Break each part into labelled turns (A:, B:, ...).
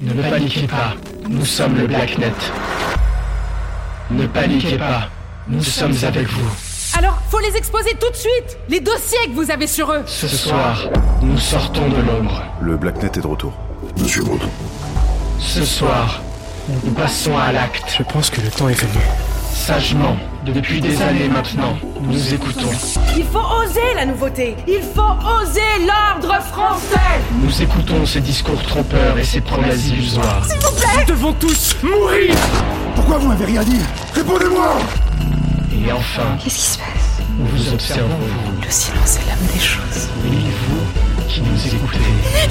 A: Ne paniquez pas, nous sommes le Blacknet. Ne paniquez pas, nous sommes avec vous.
B: Alors, faut les exposer tout de suite Les dossiers que vous avez sur eux
A: Ce soir, nous sortons de l'ombre.
C: Le Blacknet est de retour.
D: Monsieur Baudou.
A: Ce soir, nous passons à l'acte.
E: Je pense que le temps est venu.
A: Sagement, depuis des années maintenant, nous écoutons.
B: Il faut oser la nouveauté Il faut oser l'ordre français
A: Nous écoutons ces discours trompeurs et ces promesses illusoires.
B: S'il vous plaît
E: Nous devons tous mourir
D: Pourquoi vous m'avez rien dit Répondez-moi
A: Et enfin,
F: Qu'est-ce qui se passe
A: nous vous observons, vous,
F: Le silence est l'âme des choses.
A: oui, vous, qui nous écoutez.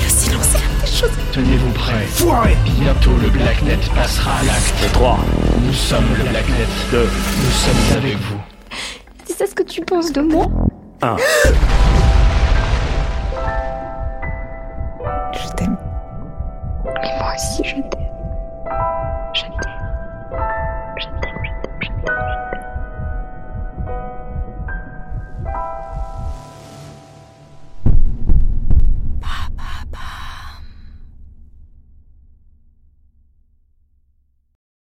F: Le silence est l'âme des choses.
A: Tenez-vous prêts.
D: Foiré
A: Bientôt, le Blacknet passera à l'acte.
G: 3,
A: Nous sommes le Blacknet.
G: 2,
A: Nous sommes avec vous.
F: C'est ça ce que tu penses de moi
G: 1.
F: Je t'aime. Mais moi aussi, je t'aime.